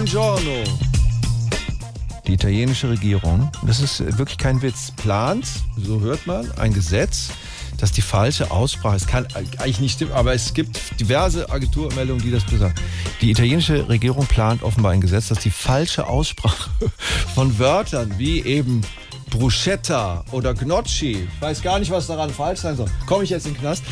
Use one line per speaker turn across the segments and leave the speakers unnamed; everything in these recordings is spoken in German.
Buongiorno. Die italienische Regierung, das ist wirklich kein Witz, plant, so hört man, ein Gesetz, dass die falsche Aussprache, es kann eigentlich nicht stimmen, aber es gibt diverse Agenturmeldungen, die das besagen. Die italienische Regierung plant offenbar ein Gesetz, dass die falsche Aussprache von Wörtern wie eben Bruschetta oder Gnocchi, ich weiß gar nicht, was daran falsch sein soll, komme ich jetzt in den Knast,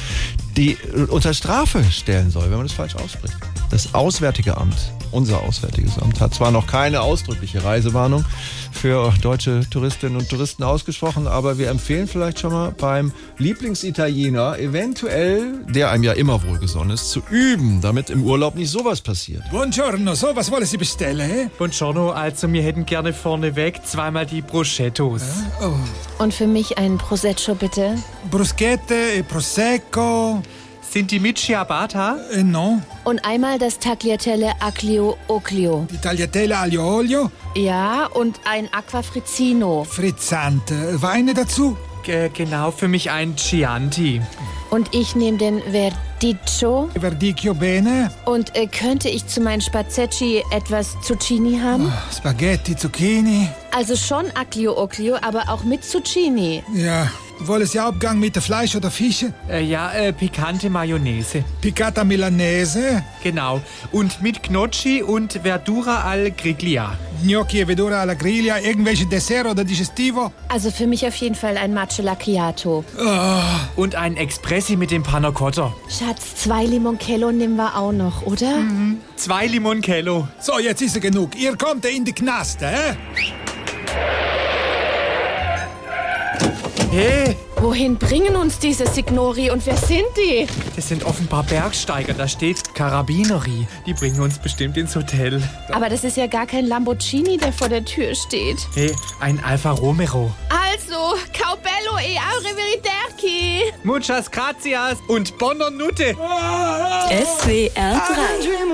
die äh, unter Strafe stellen soll, wenn man es falsch ausspricht. Das Auswärtige Amt, unser Auswärtiges Amt, hat zwar noch keine ausdrückliche Reisewarnung für deutsche Touristinnen und Touristen ausgesprochen, aber wir empfehlen vielleicht schon mal beim Lieblingsitaliener, eventuell, der einem ja immer wohlgesonnen ist, zu üben, damit im Urlaub nicht sowas passiert.
Buongiorno, so, was wollen Sie bestellen? hä?
Buongiorno, also wir hätten gerne vorneweg zweimal die Bruschettos.
Oh,
Und für mich ein Prosecco bitte.
Bruschette, e Prosecco,
Sind die mit Ciabatta?
eh no,
Und einmal das Tagliatelle Aglio Oclio.
die Tagliatelle aglio olio,
Ja, und ein Aquafrizzino.
frizzante, Weine dazu.
G genau, für mich ein Chianti.
Und ich nehme den Verdicchio.
Verdicchio bene,
Und äh, könnte ich zu meinen Spaghetti etwas Zucchini haben?
Spaghetti, Zucchini.
Also schon Aglio Oclio, aber auch mit Zucchini.
Ja, wollen Sie Abgang mit Fleisch oder Fische?
Äh, ja, äh, pikante Mayonnaise.
Piccata Milanese,
Genau. Und mit Gnocchi und Verdura al Griglia.
Gnocchi e Vedura alla Griglia, irgendwelche Dessert oder Digestivo?
Also für mich auf jeden Fall ein Matcha Lacchiato.
Und ein Espressi mit dem Panna Cotta.
Schatz, zwei Limoncello nehmen wir auch noch, oder?
Zwei Limoncello.
So, jetzt ist er genug. Ihr kommt in die Knaste, eh? hä?
Hey,
Wohin bringen uns diese Signori und wer sind die?
das sind offenbar Bergsteiger. Da steht Karabinerie. Die bringen uns bestimmt ins Hotel.
Aber das ist ja gar kein Lamborghini, der vor der Tür steht.
Hey, ein Alfa Romero.
Also, Caubello e Aureveriderki.
Muchas gracias und Bonner Nutte.
SWR 3.